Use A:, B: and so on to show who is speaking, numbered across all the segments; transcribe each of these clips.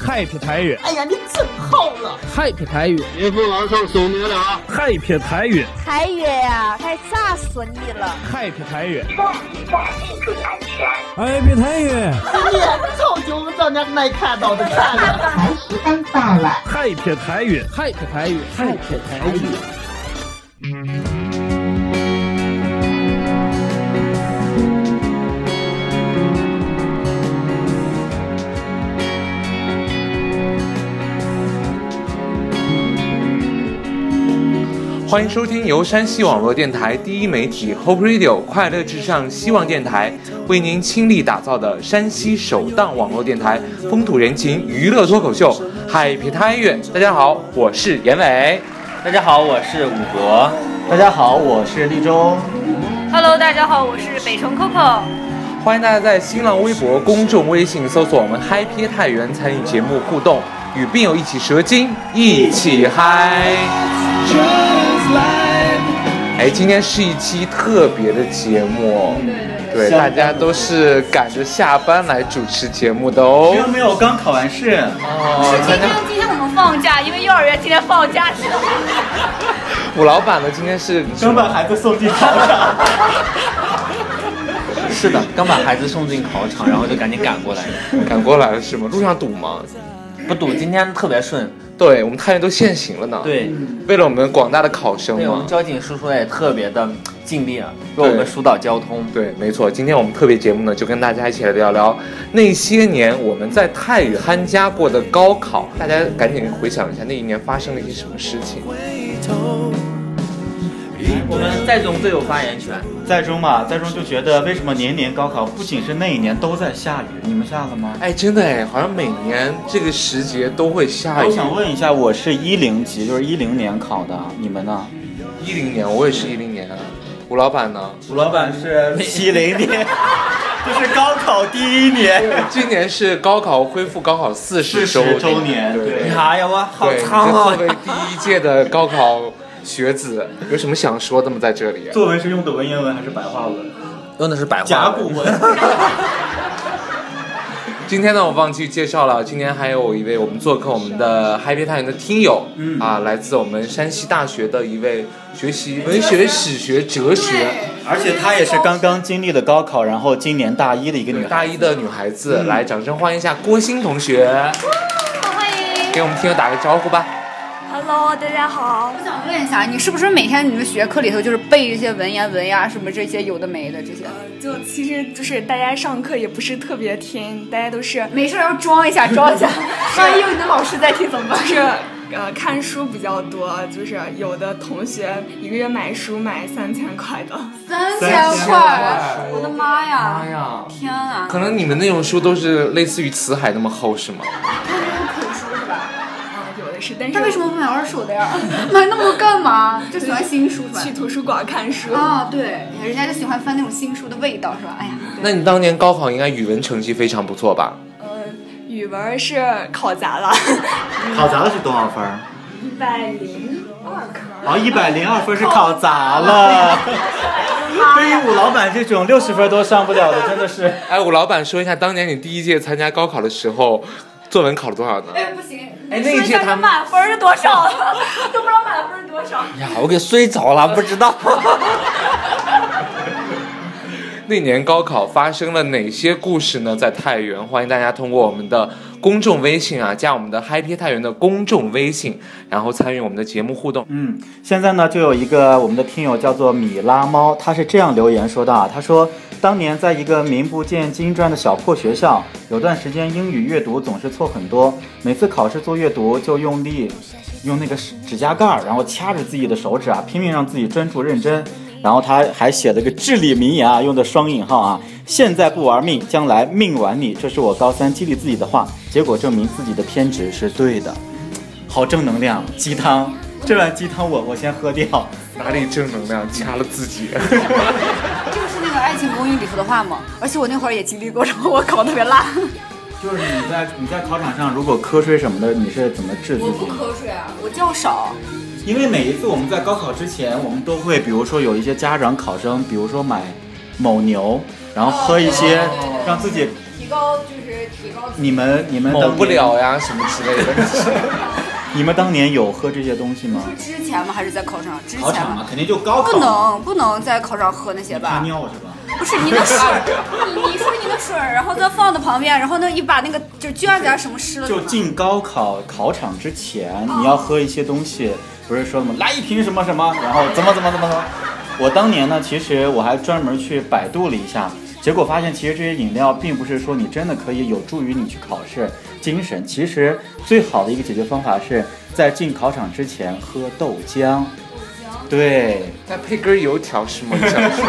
A: Happy 台语
B: 哎呀，你真好啊 了！
C: ，Happy 台语
D: 您是网上搜明了啊？
A: ，Happy 台语
E: 凯越呀，太炸死你了！
A: ，Happy 台语
F: 哎，别太远，
B: 今年超久让人家没看到的看了。
A: ，Happy 台语。
C: ，Happy 台语，Happy 台语。
G: 欢迎收听由山西网络电台第一媒体 Hope Radio 快乐至上希望电台为您倾力打造的山西首档网络电台风土人情娱乐脱口秀《海皮太远》。大家好，我是严伟。
H: 大家好，我是武博。大家好，我是立中。
I: Hello，大家好，我是北城 Coco。
G: 欢迎大家在新浪微博、公众微信搜索我们嗨皮太原，参与节目互动，与病友一起蛇精，一起嗨。哎，今天是一期特别的节目，哦对大家都是赶着下班来主持节目的哦
H: 没。有没有，刚考完试。
G: 哦，大
I: 今
G: 家
I: 天今天我们放假，因为幼儿园今天放假。
G: 武老板呢？今天是
H: 刚把孩子送进考场。 是的，刚把孩子送进考场，然后就赶紧赶过来。
G: 赶过来了是吗？路上堵吗？
H: 不堵，今天特别顺。
G: 对我们太原都限行了呢。，
H: 对，
G: 为了我们广大的考生
H: 对我
G: 嘛
H: 们。交警叔叔也特别的尽力啊，为我们疏导交通。
G: 对，没错，今天我们特别节目呢，就跟大家一起来聊聊那些年我们在太原参加过的高考。大家赶紧回想一下那一年发生了一些什么事情。
H: 我们在中最有发言权。
J: 在中嘛，在中就觉得为什么年年高考，不仅是那一年都在下雨，你们下了吗？
G: 哎，真的哎，好像每年这个时节都会下
J: 哎我
G: 雨。
J: 想问一下，我是一零级，就是一零年考的，你们呢？
G: 一零年，我也是一零年啊。吴老板呢？
H: 吴老板是
J: 七零年，就是高考第一 年，
G: 今年是高考恢复高考四十周
J: 40周年对
H: 哎呀，我好
G: 对，
H: 苍
G: 你
H: 啊
G: 作！为第一届的高考学子，有什么想说的吗？在这里，
J: 作文是用的文言文还是白话文？
H: 用的是白
J: 甲
H: 话
J: 骨
H: 文。
J: 文。
G: 今天呢，我忘记介绍了，今天还有一位我们做客我们的 Happy 太原的听友，
J: 嗯
G: 啊，来自我们山西大学的一位学习文学、史学、哲学，
J: 而且她也是刚刚经历了高考，然后今年大一的一个女孩。
G: 大一的女孩子，来，掌声欢迎一下郭鑫同学，
I: 欢迎。
G: 给我们听友打个招呼吧。
E: Hello，大家好。
I: 我想问一下，你是不是每天你们学科里头就是背一些文言文呀，什么这些有的没的这些？
E: 就其实就是大家上课也不是特别听，大家都是
I: 没事儿要装一下，装一 下，万一有你的老师在听怎么办？
E: 就是呃看书比较多，就是有的同学一个月买书买三千块的，
I: 三
J: 千
I: 块，我的妈呀！
G: 哎呀，
I: 天啊！
G: 可能你们那种书都是类似于辞海那么厚是吗？
E: 啊、有的是，但是
I: 他为什么不买二手的呀？ 买那么多干嘛？就喜欢新书是吧
E: 去图书馆看书？
I: 啊，对，人家就喜欢翻那种新书的味道是吧？哎呀，
G: 那你当年高考应该语文成绩非常不错吧？
E: 呃，语文是考砸了，
H: 考砸了是多少分？
E: 一百零二科。
J: 啊，一百零二分是考砸 了。对于武老板这种六十分都上不了的，真的是。
G: 哎，我老板说一下，当年你第一届参加高考的时候，作文考了多少呢？
I: 哎不行，
G: 哎，那一届他们
E: 满分是多少？ 都不知道满分是多少。
G: 哎
H: 呀，我给睡着 了，不知道。
G: 那年高考发生了哪些故事呢？在太原，欢迎大家通过我们的公众微信啊，加我们的 Happy 太原的公众微信，然后参与我们的节目互动。
J: 嗯，现在呢，就有一个我们的听友叫做米拉猫，他是这样留言说的啊，他说当年在一个名不见经传的小破学校，有段时间英语阅读总是错很多，每次考试做阅读就用力用那个指甲盖儿，然后掐着自己的手指啊，拼命让自己专注认真。然后他还写了个至理名言啊，用的双引号啊，现在不玩命，将来命玩你，这是我高三激励自己的话。结果证明自己的偏执是对的。好正能量，鸡汤。这碗鸡汤我我先喝掉。
G: 哪里正能量？掐了自 己。
I: 这个是那个《爱情公寓》里头的话吗？而且我那会儿也经历过，然后我考得特别烂。
J: 就是你在你在考场上如果瞌睡什么的，你是怎么治自
I: 我
J: 己
I: 不
J: 呢？
I: 瞌睡啊，我觉少。
J: 因为每一次我们在高考之前，我们都会比如说有一些
I: 哦
J: 家长考生，比如说买某牛，然后喝一些让自己
I: 高就是提高自己
J: 你们你们
G: 某
J: 当
G: 不
J: 年
G: 了呀什么之类的。
J: 你们当年有喝这些东西吗？
I: 是之前吗？还是在考场？之
H: 考
I: 前
H: 场
I: 吗
H: 嘛，？肯定就高考。
I: 不能不能在考场喝那些
J: 怕
I: 吧？
J: 尿是吧？
I: 不是 你的水儿，你你说你的水儿，然后再放到旁边，然后呢，一把那个就卷子啊什么湿了
J: 就
I: 吗
J: 进高考考场之前，你要喝一些东西，不是说什么来一瓶什么什么，然后怎么怎么怎么怎么。我当年呢，其实我还专门去百度了一下，结果发现其实这些饮料并不是说你真的可以有助于你去考试精神。其实最好的一个解决方法是在进考场之前喝豆浆。对，
G: 再配根油条是吗？你想说？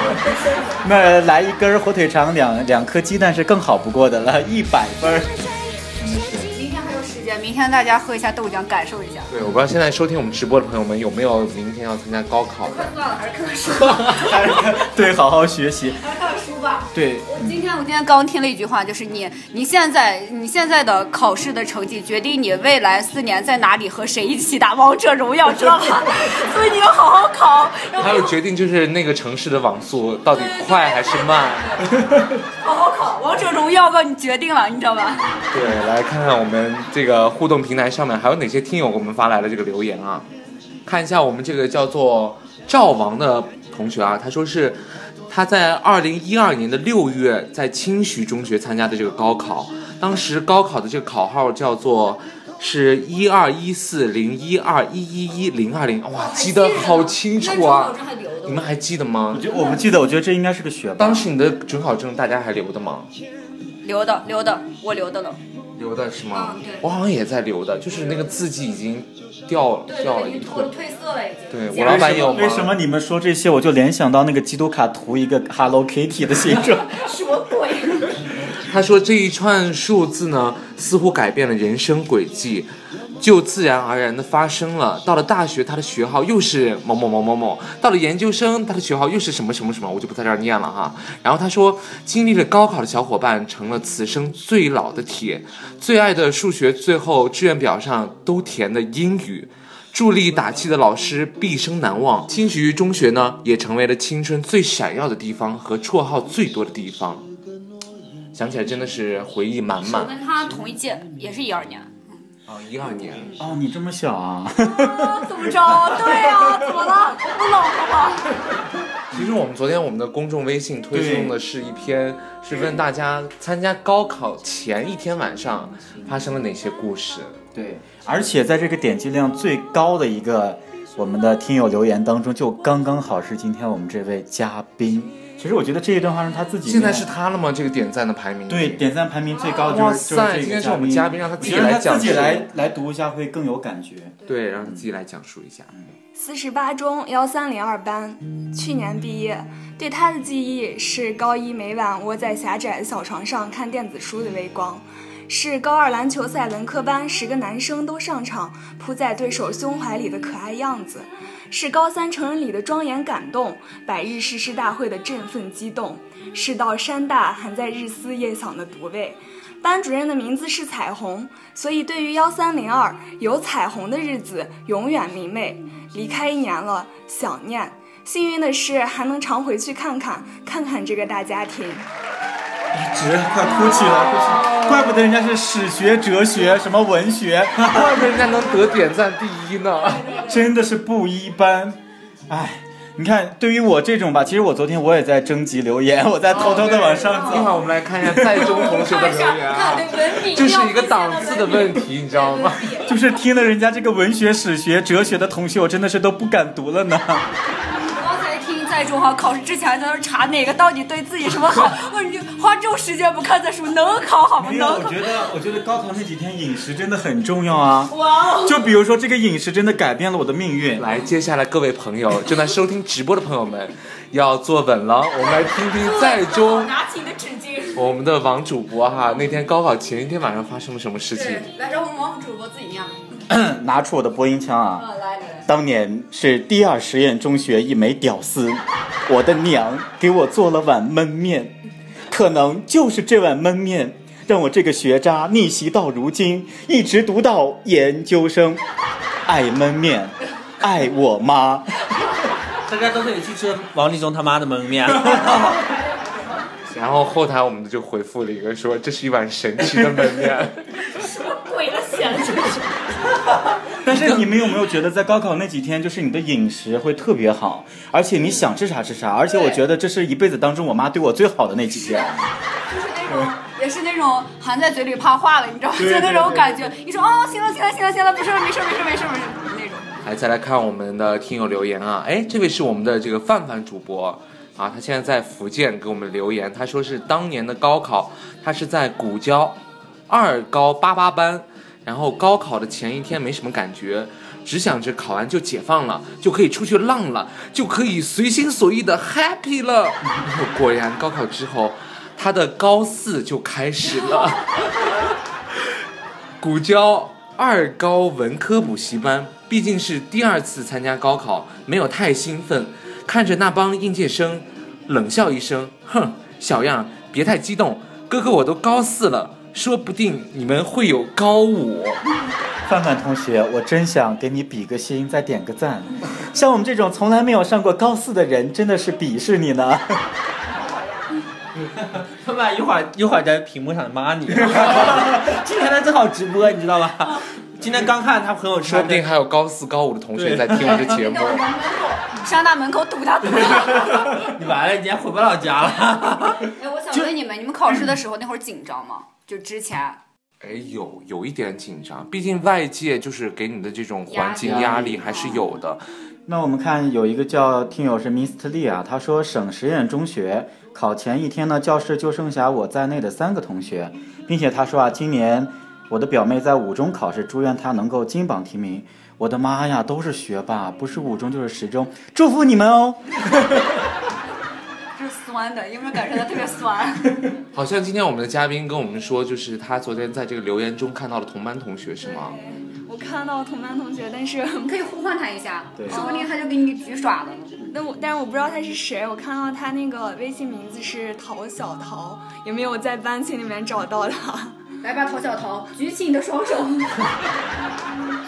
J: 那来一根火腿肠，两两颗鸡蛋是更好不过的了，一百分儿。
I: 明天还有时间，明天大家喝一下豆浆，感受一 下。
G: 对，我不知道现在收听我们直播的朋友们有没有明天要参加高考的。
I: 算了，还是 看看书吧，
J: 还是对，好好学习。
I: 还是看看书吧。
J: 对，
I: 我今天我今天刚听了一句话，就是你你现在你现在的考试的成绩决定你未来四年在哪里和谁一起打王者荣耀，知道 吧？所以你要好好考，然后
G: 还有决定就是那个城市的网速到底快还是慢。
I: 好好考王者荣耀吧，你决定了，你知道吧？
G: 对，来看看我们这个互动平台上面还有哪些听友给我们发来的这个留言啊？看一下我们这个叫做赵王的同学啊，他说是他在二零一二年的六月在清徐中学参加的这个高考，当时高考的这个考号叫做。是一二一四零一二一一一零二零，哇，记得好清楚啊！你们还记得吗
J: 我？觉得我不记得，我觉得这应该是个学霸
G: 当。时你的准考证大家还留的吗？
I: 留的留的，我留的了。
G: 留的是吗
I: 嗯对？
G: 我好像也在留的，就是那个字迹已经掉掉了一
I: 脱
G: 坨。
I: 褪色了，已经。
G: 对我老板有吗？
J: 为什么你们说这些，我就联想到那个基督卡图一个 Hello Kitty 的形状？
I: 什么鬼？
G: 他说这一串数字呢，似乎改变了人生轨迹，就自然而然的发生了。到了大学，他的学号又是某某某某某；到了研究生，他的学号又是什么什么什么，我就不在这儿念了哈。然后他说，经历了高考的小伙伴成了此生最老的铁，最爱的数学最后志愿表上都填的英语。助力打气的老师毕生难忘。清徐中学呢，也成为了青春最闪耀的地方和绰号最多的地方。想起来真的是回忆满
I: 我
G: 满。
I: 跟他同一届，也是一二年。
G: 哦，一二年，
J: 哦，你这么小啊？
I: 怎么着？对啊，怎么了？我老婆吗？
G: 其实我们昨天我们的公众微信推送的是一篇，是问大家参加高考前一天晚上发生了哪些故事。
J: 对，而且在这个点击量最高的一个我们的听友留言当中，就刚刚好是今天我们这位嘉宾。其实我觉得这一段话是他自己
G: 现
J: 念的，
G: 在是他了吗？这个点赞的排名？
J: 对点赞排名最高的
G: 哇
J: 就是就是这
G: 塞！
J: 个
G: 今天是我们嘉宾，让他自己来
J: 我觉得他
G: 讲
J: 自己
G: 述。
J: 来来读一下会更有感觉。
G: 对，让他自己来讲述一下。
E: 四十八中幺三零二班，去年毕业。对他的记忆是高一每晚窝在狭窄的小床上看电子书的微光，是高二篮球赛文科班十个男生都上场扑在对手胸怀里的可爱样子，是高三成人礼的庄严感动，百日誓师大会的振奋激动，是到山大还在日思夜想的读位。班主任的名字是彩虹，所以对于幺三零二有彩虹的日子永远明媚。离开一年了，想念。幸运的是，还能常回去看看，看看这个大家庭。
J: 直快哭起来，哭起来！怪不得人家是史学、哲学、什么文学，
G: 怪不啊得人家能得点赞第一呢。
J: 真的是不一般。哎，你看，对于我这种吧，其实我昨天我也在征集留言，我在偷偷的往上
G: 一会
J: 走。
G: 儿我们来看一下在中同学的留 言啊，
I: 文笔
G: 这是一个档次的问题，你知道吗？
J: 就是听了人家这个文学、史学、哲学的同学，我真的是都不敢读了呢。
I: 刚才听在中哈考试之前，在那儿查哪个到底对自己什么 好，我你就花这种时间不看再说，能考好吗？
J: 没有，
I: 能
J: 我
I: 考。
J: 觉得，我觉得高考那几天饮食真的很重要啊。就比如说这个饮食真的改变了我的命运。
G: 来，接下来各位朋友， 正在收听直播的朋友们，要坐稳了，我们来听听在中
I: 拿起你的纸巾。
G: 我们的王主播哈，那天高考前一天晚上发生了什么事情？
I: 对，来找我们王主播自己念吧。
J: 拿出我的播音腔啊。
I: 嗯，来来。
J: 当年是第二实验中学一枚屌丝， 我的娘给我做了碗焖面，可能就是这碗焖面让我这个学渣逆袭到如今，一直读到研究生。爱焖面，爱我妈。
H: 大家都可以去吃王立忠他妈的焖面。
G: 行，然后后台我们就回复了一个说，这是一碗神奇的焖面。
I: 跪着写了这句。
J: 但是你们有没有觉得，在高考那几天，就是你的饮食会特别好，而且你想吃啥吃啥，而且我觉得这是一辈子当中我妈对我最好的那几天。
I: 就是那种，也是那种含在嘴里怕化了，你知道吗？就那种感觉。你说哦，行了行了行了行了，不是没事没事没事没事那种。
G: 来，哎再来看我们的听友留言啊，哎，这位是我们的这个范范主播啊，他现在在福建给我们留言，他说是当年的高考，他是在古交二高八八班，然后高考的前一天没什么感觉。只想着考完就解放了，就可以出去浪了，就可以随心所欲的 happy 了。 果然，高考之后，他的高四就开始了。古交二高文科补习班，毕竟是第二次参加高考，没有太兴奋，看着那帮应届生，冷笑一声，哼，小样儿，别太激动，哥哥我都高四了，说不定你们会有高五。
J: 范范同学，我真想给你比个心，再点个赞。 像我们这种从来没有上过高四的人，真的是鄙视 你呢。
C: 他们俩一会儿一会儿在屏幕上骂你。 今天他正好直播，你知道吧？今天刚看他朋友
G: 说
C: 圈
G: 不，定还有高四、高五的同学在听我们的节目
I: 那。我们门口上那门口堵他堵他。
C: 你完了，你今天回不了家了。
I: 哎，我想问你们，你们考试的时候那会儿紧 张吗？就之前
G: 哎，有有一点紧张，毕竟外界就是给你的这种环境压力还是有的。
J: 那我们看有一个叫听友是 Mr. Lee 啊，他说省实验中学考前一天呢，教室就剩下我在内的三个同学，并且他说啊，今年我的表妹在五中考试，祝愿她能够金榜题名。我的妈呀，都是学霸，不是五中就是十中，祝福你们哦。
I: 这是酸的，有没有感受到特别酸？
G: 好像今天我们的嘉宾跟我们说，就是他昨天在这个留言中看到了同班同学，是吗？
E: 我看到同班同学，但是
I: 你可以呼唤他一下，
J: 对
I: 说不定他就给你给举耍了呢。
E: 那我但是我不知道他是谁，我看到他那个微信名字是陶小桃，也没有在班群里面找到他。
I: 来吧，陶小桃，举起你的双手。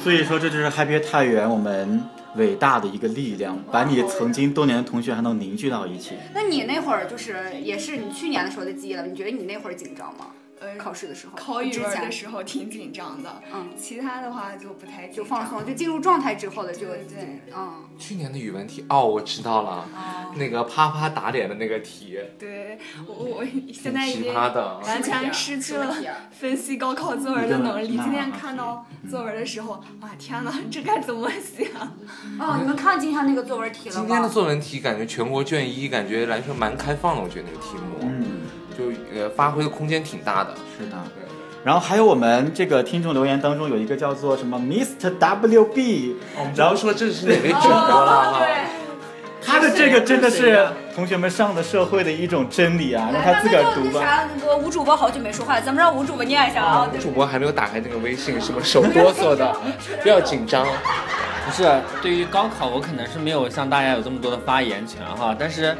J: 所以说，这就是 Happy 太原我们伟大的一个力量，把你曾经多年的同学还能凝聚到一起。
I: 那你那会儿就是也是你去年的时候的记忆了，你觉得你那会儿紧张吗？
E: 呃，
I: 考试的时候，
E: 考语
I: 之
E: 文
I: 前
E: 的时候挺紧张的，
I: 嗯
E: 其他的话就不太
I: 就
E: 紧
I: 放
E: 张。
I: 松，就进入状态之后的就
E: 对对
I: 嗯，
G: 去年的语文题哦，我知道了，那个啪啪打脸的那个题，
E: 对我我我现在已
G: 奇
E: 经
G: 葩
C: 啊
G: 的。
E: 完全失去了 分析高考作文的能力。今天看到作文的时候，哇天哪，这该怎么写啊？
I: 哦，你们看今天那个作文题了吗？
G: 今天的作文题感觉全国卷一，感觉来说蛮开放的，我觉得那个题目
J: 嗯，
G: 就呃发挥的空间挺大的。
J: 是的。然后还有我们这个听众留言当中有一个叫做什么 Mr. WB，
G: 哦我们
J: 然后
G: 说这是哪位主播了哈？
J: 他的这个真的是同学们上了社会的一种真理啊，让他自个儿读
I: 那
J: 吧。
I: 啥，那个吴主播好久没说话了，咱们让吴主播念一下啊。
G: 主播还没有打开那个微信，是吗？手哆嗦的，不要紧张。
C: 不是，对于高考，我可能是没有像大家有这么多的发言权哈，但是。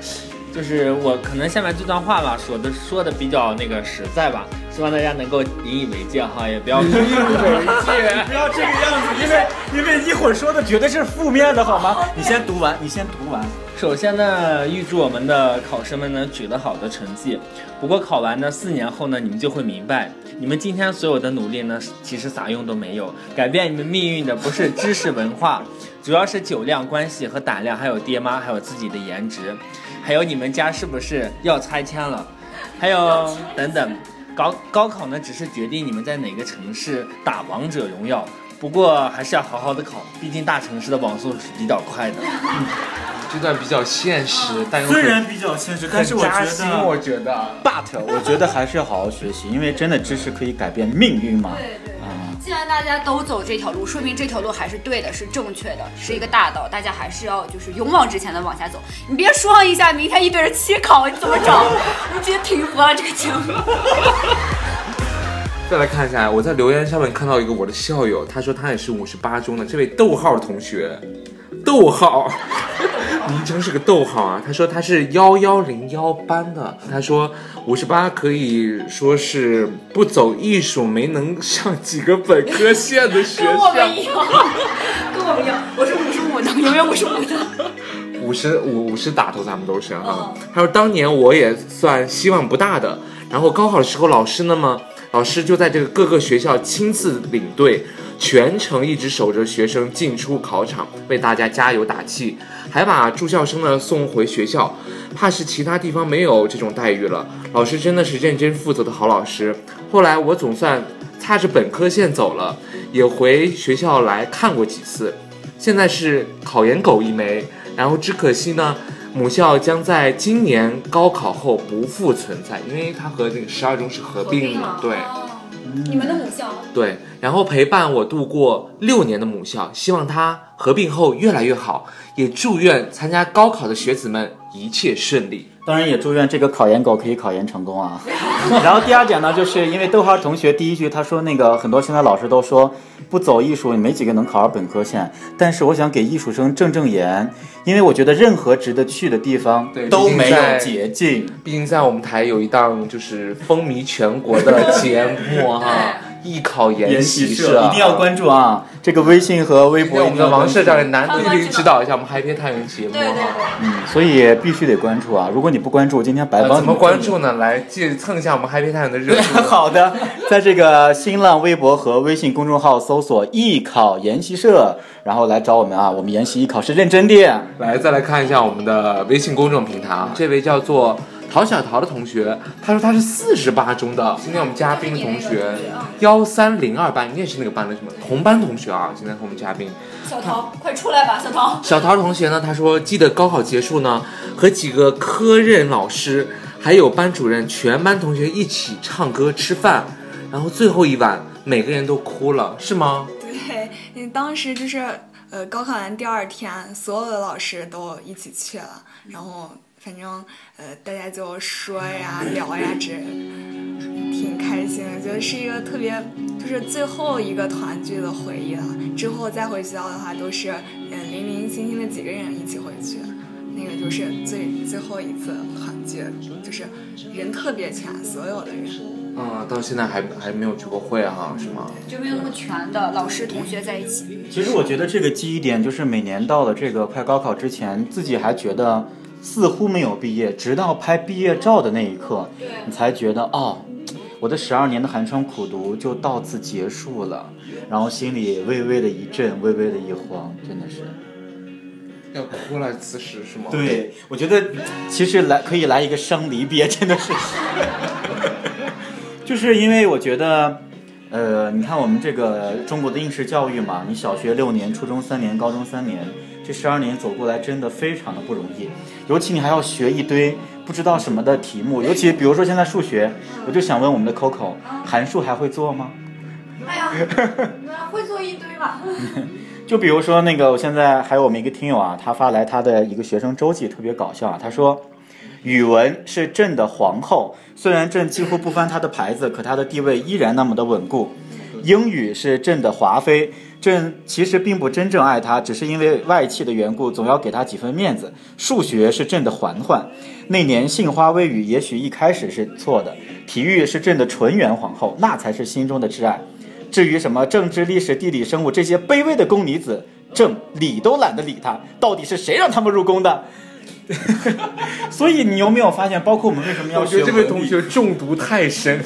C: 就是我可能下面这段话吧，说的说的比较那个实在吧，希望大家能够引以为戒哈，也不要引以为戒。
J: 不要这个样子，因为因为一会儿说的绝对是负面的，好吗？你先读完，你先读完。
C: 首先呢，预祝我们的考生们呢取得好的成绩。不过考完呢，四年后呢，你们就会明白，你们今天所有的努力呢，其实啥用都没有。改变你们命运的不是知识文化，主要是酒量、关系和胆量，还有爹妈，还有自己的颜值，还有你们家是不是要拆迁了，还有等等。高高考呢，只是决定你们在哪个城市打王者荣耀。不过还是要好好的考，毕竟大城市的网速是比较快的。
G: 这段比较现实，但又
J: 虽
G: 很
J: 然比较现实，但是我觉
G: 扎心，我
J: 得
G: 觉得。
J: ，but 我觉得还是要好好学习，因为真的知识可以改变命运嘛。
I: 对对，既然大家都走这条路，说明这条路还是对的，是正确的，是一个大道，大家还是要就是勇往直前的往下走。你别说一下，明天一堆人弃考，你怎么整？你直接停播了这个节目。
G: 再来看一下，我在留言上面看到一个我的校友，他说他也是五十八中的这位逗号同学，逗号， 昵称是个逗号啊。他说他是幺幺零幺班的，他说五十八可以说是不走艺术没能上几个本科线的学校。
I: 跟我们一样，跟我们一样，我是五十五的，有没有五十五的？
G: 五十五五十打头，咱们都是啊。他说当年我也算希望不大的，然后高考的时候老师呢么，老师就在这个各个学校亲自领队，全程一直守着学生进出考场，为大家加油打气，还把住校生呢送回学校。怕是其他地方没有这种待遇了。老师真的是认真负责的好老师。后来我总算踏着本科线走了，也回学校来看过几次。现在是考研狗一枚，然后只可惜呢，母校将在今年高考后不复存在，因为它和那个十二中是合并
I: 哦
G: 了。对
I: 你们的母校
G: 对，然后陪伴我度过六年的母校，希望它合并后越来越好，也祝愿参加高考的学子们一切顺利。
J: 当然也祝愿这个考研狗可以考研成功啊。然后第二点呢，就是因为豆花同学第一句他说那个很多现在老师都说不走艺术没几个能考上本科线，但是我想给艺术生正正言，因为我觉得任何值得去的地方
G: 对
J: 都没
G: 毕竟
J: 有
G: 在
J: 捷径。
G: 毕竟在我们台有一档就是风靡全国的节 目哈、艺考研习社，
J: 一定要。关注啊！这个微信和微博
G: 我
J: 一
G: 们
J: 定
G: 的
J: 要
G: 王
J: 关注啊
G: 社长也难得给指导一下我们 Happy 探员节目
I: 对对
G: 哈、
I: 对，
J: 嗯所以必须得关注啊！如果你不关注，今天白
G: 呃
J: 帮
G: 怎
J: 你
G: 么
J: 们
G: 关注呢？来，借蹭一下我们 Happy 探员的 热 度。
J: 好的，在这个新浪微博和微信公众号搜索“艺考研习社”，然后来找我们啊，我们研习艺考是认真的。
G: 来，再来看一下我们的微信公众平台啊，这位叫做陶小桃的同学，他说他是四十八中的，今天我们嘉宾的同学幺三零二班，你也是那个班的是吗？同班同学啊，今天和我们嘉宾。
I: 小桃，快出来吧，小桃。
G: 小桃同学呢，他说记得高考结束呢，和几个科任老师还有班主任，全班同学一起唱歌吃饭，然后最后一晚每个人都哭了，是吗？
E: 对，嗯当时就是呃，高考完第二天，所有的老师都一起去了，然后反正呃，大家就说呀、聊呀，这挺开心的，觉得是一个特别就是最后一个团聚的回忆了。之后再回学校的话，都是嗯零零星星的几个人一起回去。那个就是最最后一次团聚，就是人特别全，所有的人。
G: 嗯，到现在还还没有聚过会哈、是吗？
I: 就没有那么全的老师同学在一起，
J: 其实我觉得这个记忆点就是每年到了这个快高考之前，自己还觉得似乎没有毕业，直到拍毕业照的那一刻，你才觉得哦，我的十二年的寒窗苦读就到此结束了，然后心里微微的一震，微微的一慌，真的是。
G: 要哭了，此时是吗？，
J: 对，我觉得其实来可以来一个生离别， 真的是，就是因为我觉得，呃，你看我们这个中国的应试教育嘛，你小学六年，初中三年，高中三年，这十二年走过来真的非常的不容易，尤其你还要学一堆不知道什么的题目，尤其比如说现在数学，我就想问我们的 Coco，函数还会做吗？
I: 哎呀，你们会做一堆吧？
J: 就比如说那个，我现在还有我们一个听友啊，他发来他的一个学生周记，特别搞笑啊。他说，语文是朕的皇后，虽然朕几乎不翻她的牌子，可她的地位依然那么的稳固。英语是朕的华妃，朕其实并不真正爱她，只是因为外戚的缘故，总要给她几分面子。数学是朕的嬛嬛，那年杏花微雨，也许一开始是错的。体育是朕的纯元皇后，那才是心中的挚爱。至于什么政治、历史、地理、生物这些卑微的宫女子，朕理都懒得理他。到底是谁让他们入宫的？ 所以你有没有发现，包括我们为什么要
G: 我觉得
J: 学
G: 这位
J: 文
G: 同
J: 理
G: 学中毒太深。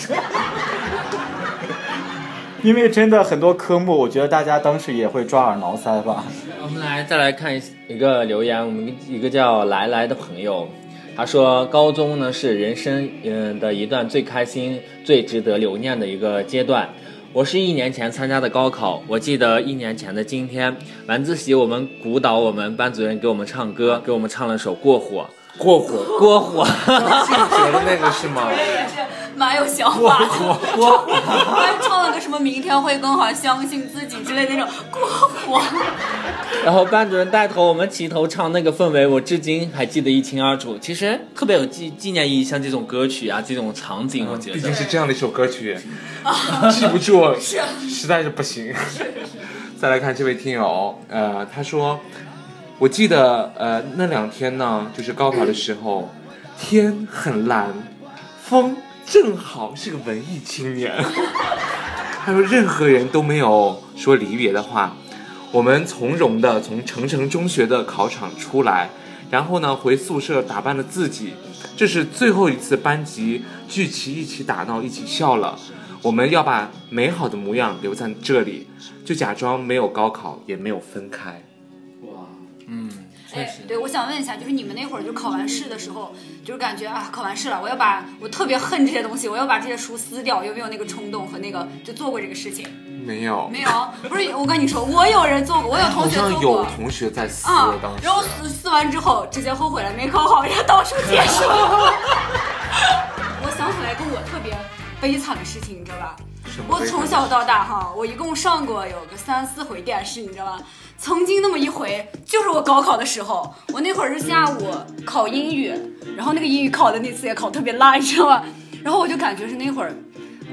J: 因为真的很多科目，我觉得大家当时也会抓耳挠腮吧。
C: 我们来再来看一个留言，我们一个叫来来的朋友，他说高中呢是人生嗯的一段最开心、最值得留念的一个阶段。我是一年前参加的高考，我记得一年前的今天，晚自习我们鼓捣我们班主任给我们唱歌，给我们唱了首《过火》，过火，过火，
G: 性格的那个是吗？
I: 也是蛮有想法的， 还唱了个什么“明天会更好，相信自己”之类的那种过火。
C: 然后班主任带头，我们齐头唱那个氛围，我至今还记得一清二楚。其实特别有纪纪念意义，像这种歌曲啊，这种场景，我觉
G: 嗯毕
C: 得
G: 竟是这样的一首歌 曲，记不住实在是不行。 再来看这位听友，呃，他说，我记得呃那两天呢，就是高考的时候，天很蓝，风正好是个文艺青年。 他说任何人都没有说离别的话，我们从容的从城城中学的考场出来，然后呢，回宿舍打扮了自己。这是最后一次班级聚齐一起打闹，一起笑了。我们要把美好的模样留在这里，就假装没有高考，也没有分开。
I: 哎，对，我想问一下，就是你们那会儿就考完试的时候，就是感觉啊，考完试了，我要把我特别恨这些东西，我要把这些书撕掉，有没有那个冲动和那个就做过这个事情？
G: 没有，
I: 没有，不是，我跟你说，我有人做过，我有同
G: 好
I: 学做
G: 像
I: 过，
G: 有同学在撕，
I: 啊
G: 当，时
I: 然后撕撕完之后，直接后悔了，没考好，然后倒数结束。 我想起来一个我特别悲惨的事情，你知道吧？
G: 什么
I: 我
G: 悲惨
I: 从小到大哈，我一共上过有个三四回电视，你知道吧？曾经那么一回，就是我高考的时候，我那会儿是下午考英语，然后那个英语考的那次也考特别烂，你知道吧？然后我就感觉是那会儿。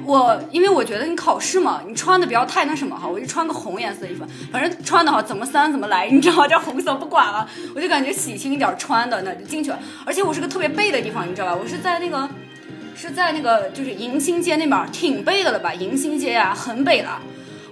I: 我因为我觉得你考试嘛，你穿的不要太那什么哈，我就穿个红颜色的衣服，反正穿的哈怎么三怎么来，你知道吗？这红色不管了，我就感觉喜庆一点穿的那就进去了。而且我是个特别背的地方，你知道吧？我是在那个是在那个就是迎新街那边儿，挺背的了吧？迎新街啊，很北了。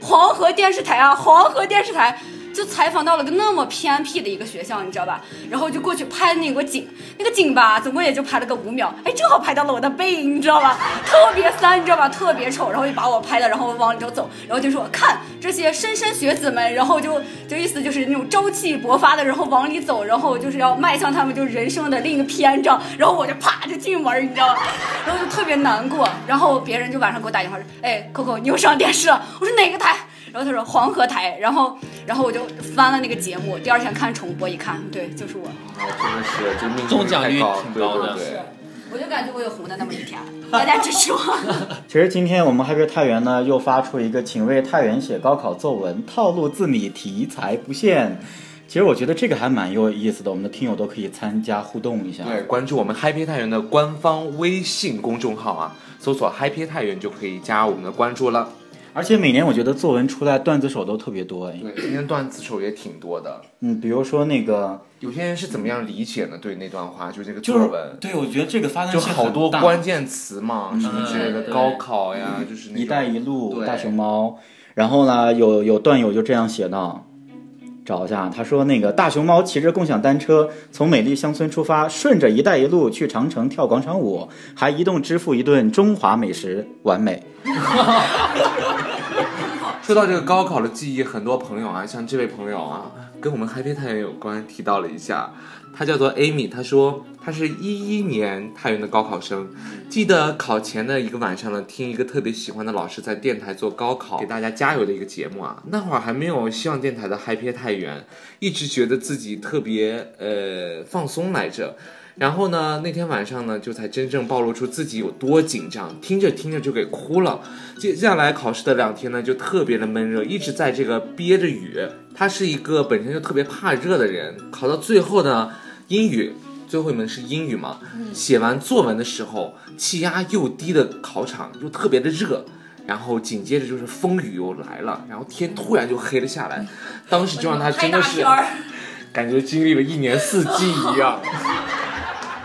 I: 黄河电视台啊，黄河电视台就采访到了个那么偏僻的一个学校，你知道吧？然后就过去拍那个景，那个景吧，总共也就拍了个五秒，哎，正好拍到了我的背影，你知道吧？特别三，你知道吧？特别丑，然后就把我拍的，然后往里头走，然后就说看这些莘莘学子们，然后就就意思就是那种朝气勃发的，然后往里走，然后就是要迈向他们就人生的另一个篇章，然后我就啪就进门儿，你知道吧？然后就特别难过，然后别人就晚上给我打电话说，哎，Coco 你又上电视了，我说哪个台？然后他说哎黄河台，然后然后我就翻了那个节目，第二天看重播一看，对，就是我。
G: 哎真的是就命中
C: 哦中奖率
G: 太高
C: 挺
G: 对
C: 高的
G: 对对
I: 我就感觉我有红的那啊么一天，大家支持我。
J: 其实今天我们 Happy 太原呢，又发出一个“请为太原写高考作文，套路自拟，题材不限”。其实我觉得这个还蛮有意思的，我们的听友都可以参加互动一下。
G: 对，关注我们 Happy 太原的官方微信公众号啊，搜索 Happy 太原就可以加我们的关注了。
J: 而且每年我觉得作文出来段子手都特别多，哎
G: 对，今天段子手也挺多的，
J: 嗯，比如说那个
G: 有些人是怎么样理解呢？对那段话，就这个
J: 就
G: 作
J: 是
G: 文，
J: 对，我觉得这个发散
G: 就
J: 性
G: 好多
J: 很大
G: 关键词嘛，什么之类
C: 嗯
G: 的，
C: 对
G: 高考呀，就是那
J: 一带
G: 种
J: 一路、
G: 对
J: 大熊猫。然后呢，有有段友就这样写道，找一下，他说那个大熊猫骑着共享单车从美丽乡村出发，顺着一带一路去长城跳广场舞，还移动支付一顿中华美食，完美。
G: 说到这个高考的记忆，很多朋友啊，像这位朋友啊，跟我们 Happy 太原有关，提到了一下，他叫做 Amy，他说他是一一年太原的高考生，记得考前的一个晚上呢，听一个特别喜欢的老师在电台做高考给大家加油的一个节目啊，那会儿还没有希望电台的 Happy 太原，一直觉得自己特别呃放松来着。然后呢，那天晚上呢，就才真正暴露出自己有多紧张，听着听着就给哭了。接下来考试的两天呢，就特别的闷热，一直在这个憋着雨。他是一个本身就特别怕热的人，考到最后呢，英语最后一门是英语嘛，写完作文的时候，气压又低的考场又特别的热。然后紧接着就是风雨又来了，然后天突然就黑了下来，当时就让他真的是
I: 拍大片儿
G: 感觉经历了一年四季一 样。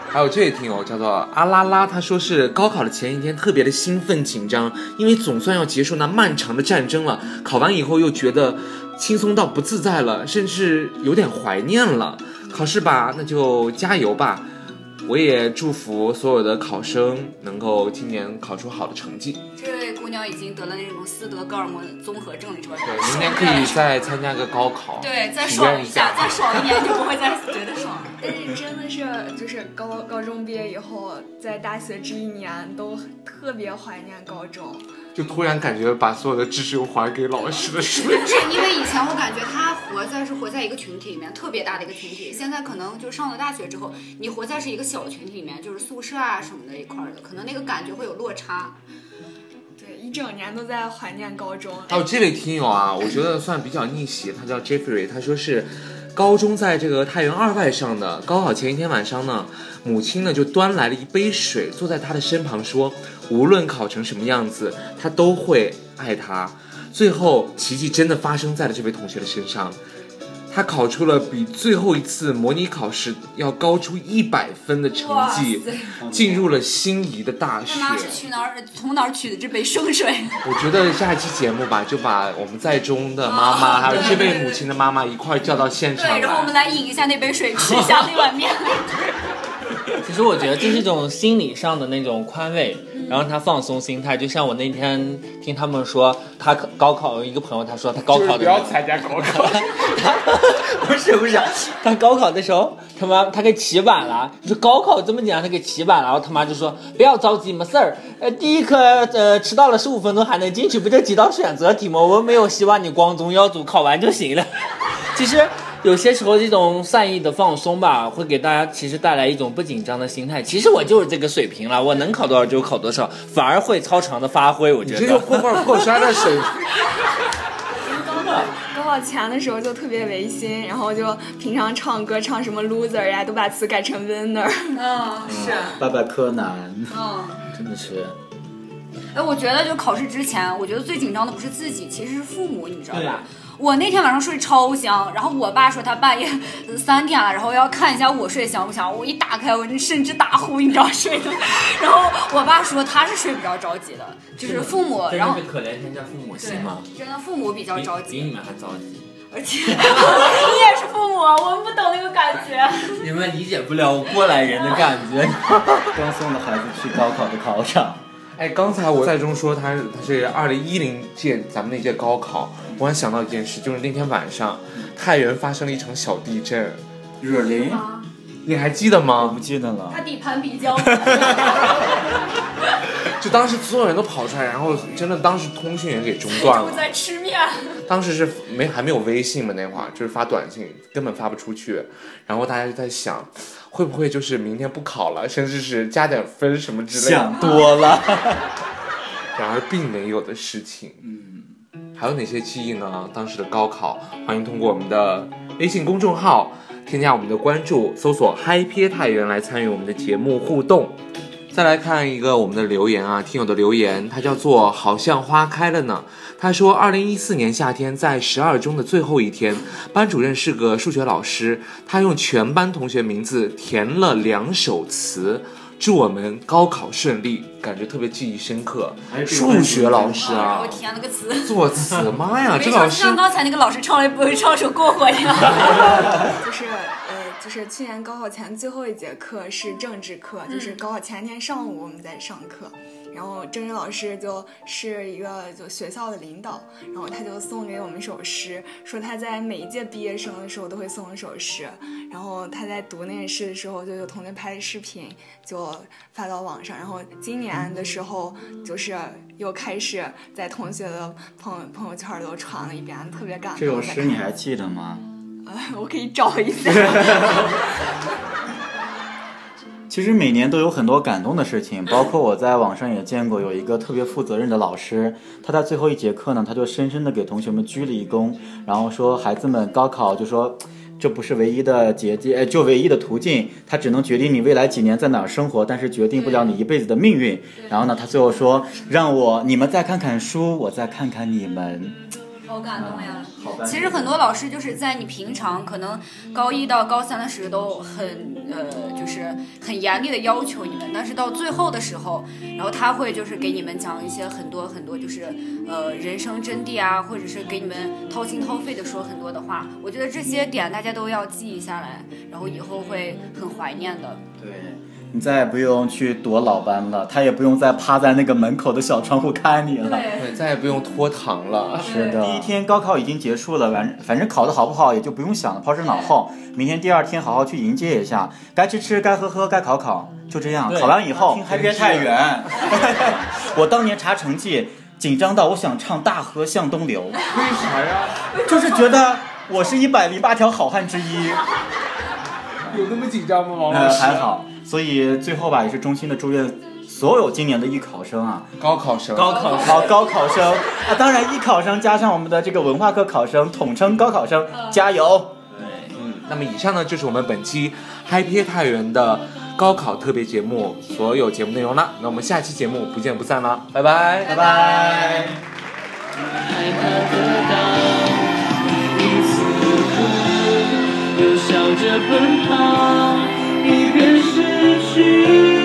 G: 还有哎这位听哦友叫做阿拉拉，他说是高考的前一天特别的兴奋紧张，因为总算要结束那漫长的战争了。考完以后又觉得轻松到不自在了，甚至有点怀念了。考试吧，那就加油吧！我也祝福所有的考生能够今年考出好的成绩。
I: 这位姑娘已经得了那种斯德哥尔摩综合症，你知道吧？
G: 对，明年可以再参加个高考，
I: 对再
G: 体
I: 爽
G: 验一
I: 下，再爽一年就不会再觉得爽了。
E: 但是哎真的是，就是高高中毕业以后，在大学这一年都特别怀念高中。
G: 就突然感觉把所有的知识又还给老师的水
I: 不是因为以前我感觉他活在是活在一个群体里面，特别大的一个群体。现在可能就上了大学之后，你活在是一个小群体里面，就是宿舍啊什么的一块儿的，可能那个感觉会有落差。
E: 对，一整年都在怀念高中。哎
G: 还有这位听友啊，我觉得算比较逆袭，他叫 Jeffrey，他说是高中在这个太原二外上的，高考前一天晚上呢，母亲呢就端来了一杯水，坐在他的身旁说，无论考成什么样子，他都会爱他。最后，奇迹真的发生在了这位同学的身上。他考出了比最后一次模拟考试要高出一百分的成绩
I: 哇，
G: 进入了心仪的大学
I: 他。妈是去哪儿从哪儿取的这杯生水？
G: 我觉得下一期节目吧，就把我们在中的妈妈，
I: 哦
G: 还有
I: 对
G: 这
I: 对
G: 位
I: 对
G: 母亲的妈妈一块儿叫到现场
I: 对，然后
G: 来。
I: 我们来饮一下那杯水，吃一下那碗面。
C: 其实我觉得这是一种心理上的那种宽慰，
E: 嗯
C: 然后让他放松心态。就像我那天听他们说，他高考有一个朋友，他说他高考的时候，
G: 参加 高考，
C: 不是不是，他高考的时候，他妈他给起晚了，就高考这么简单，他给起晚了，然后他妈就说不要着急嘛，事儿，呃，第一科呃迟到了十五分钟还能进去，不就几道选择题吗？我又没有希望你光宗耀祖，考完就行了。 其实有些时候这种善意的放松吧，会给大家其实带来一种不紧张的心态。其实我就是这个水平了，我能考多少就考多少，反而会超常的发挥。我觉
G: 你
C: 得
G: 这就破罐破摔的 水平。
E: 高考前的时候就特别违心，然后就平常唱歌唱什么 loser 呀、都把词改成 winner。
I: 嗯，是，
J: 拜拜柯南，
I: 嗯。
J: 真的是
I: 哎，我觉得就考试之前，我觉得最紧张的不是自己，其实是父母，你知道吧？我那天晚上睡超香，然后我爸说他半夜呃三点了，然后要看一下我睡香不香。我一打开，我甚至打呼，你知道睡的。 然后我爸说他是睡不着着急的，就是父母，然后
C: 可怜天下父母
I: 对，真的父母比较着急，
C: 们还着急，
I: 而且 你也是父母，啊我们不懂那个感觉。
C: 你们理解不了我过来人的感觉。
J: 刚送的孩子去高考的考场，
G: 哎，刚才我在中说他是他是二零一零届咱们那届高考，我还想到一件事，就是那天晚上太原发生了一场小地震，
J: 惹林，
G: 你还记得
J: 我
G: 吗
J: 不？记得了
I: 他。底盘比较。
G: 就当时所有人都跑出来，然后真的当时通讯也给中断
I: 我
G: 了。
I: 在吃面，
G: 当时是没还没有微信嘛，那会儿就是发短信根本发不出去，然后大家就在想，会不会就是明天不考了，甚至是加点分什么之类的。
J: 想多了，
G: 然而并没有的事情。嗯，还有哪些记忆呢？当时的高考，欢迎通过我们的微信公众号添加我们的关注，搜索“嗨撇太原”来参与我们的节目互动。再来看一个我们的留言啊，听友的留言，他叫做“好像花开了呢”。他说，二零一四年夏天，在十二中的最后一天，班主任是个数学老师，他用全班同学名字填了两首词，祝我们高考顺利，感觉特别记忆深刻。数学老师
I: 然
G: 啊
I: 后，填了个词。
G: 作词，妈呀，
I: 没
G: 啊这
I: 事
G: 老
I: 就
G: 师
I: 像刚才那个老师唱了一部唱首《过火》 一样。
E: 就是呃，就是去年高考前最后一节课是政治课，就是高考前一天上午我们在上课，然后政治老师就是一个就学校的领导，然后他就送给我们一首诗，说他在每一届毕业生的时候都会送一首诗，然后他在读那个诗的时候，就有同学拍视频就发到网上，然后今年的时候就是又开始在同学的朋友朋友圈都传了一遍，特别感动。
J: 这首诗你还记得吗？
E: 我可以找一下。
J: 其实每年都有很多感动的事情，包括我在网上也见过有一个特别负责任的老师，他在最后一节课呢，他就深深的给同学们鞠了一躬，然后说孩子们高考就说。这不是唯一的捷径，呃，就唯一的途径，它只能决定你未来几年在哪儿生活，但是决定不了你一辈子的命运。然后呢，他最后说，让我你们再看看书，我再看看你们。
I: 好感动呀！
J: 好吧
I: 其实很多老师就是在你平常可能高一到高三的时候都很呃，就是很严厉的要求你们，但是到最后的时候，然后他会就是给你们讲一些很多很多就是呃人生真谛啊，或者是给你们掏心掏肺的说很多的话。我觉得这些点大家都要记忆下来，然后以后会很怀念的。
J: 对，你再也不用去躲老班了，他也不用再趴在那个门口的小窗户看你了。
I: 对，
G: 对，再也不用拖堂了。
J: 是的，第一天高考已经结束了，反反正考得好不好也就不用想了，抛之脑后。明天第二天好好去迎接一下，该吃吃，该喝喝，该考考，就这样。
C: 对
J: 考完以后，还别太
C: 是
J: 远。 我当年查成绩，紧张到我想唱《大河向东流》，
G: 为啥呀？
J: 就是觉得我是一百零八条好汉之一。
G: 有那么紧张吗，王
J: 呃，还好，所以最后吧，也是衷心的祝愿所有今年的艺考生啊，
G: 高考生，
C: 高考
J: 好，高考生啊，当然艺考生加上我们的这个文化课考生，统称高考生，加油！
G: 嗯，那么以上呢就是我们本期嗨撇太原的高考特别节目所有节目内容啦。那我们下期节目不见不散啦，拜拜，拜
J: 拜。拜。
C: 一次。
F: 着奔跑，一边失去。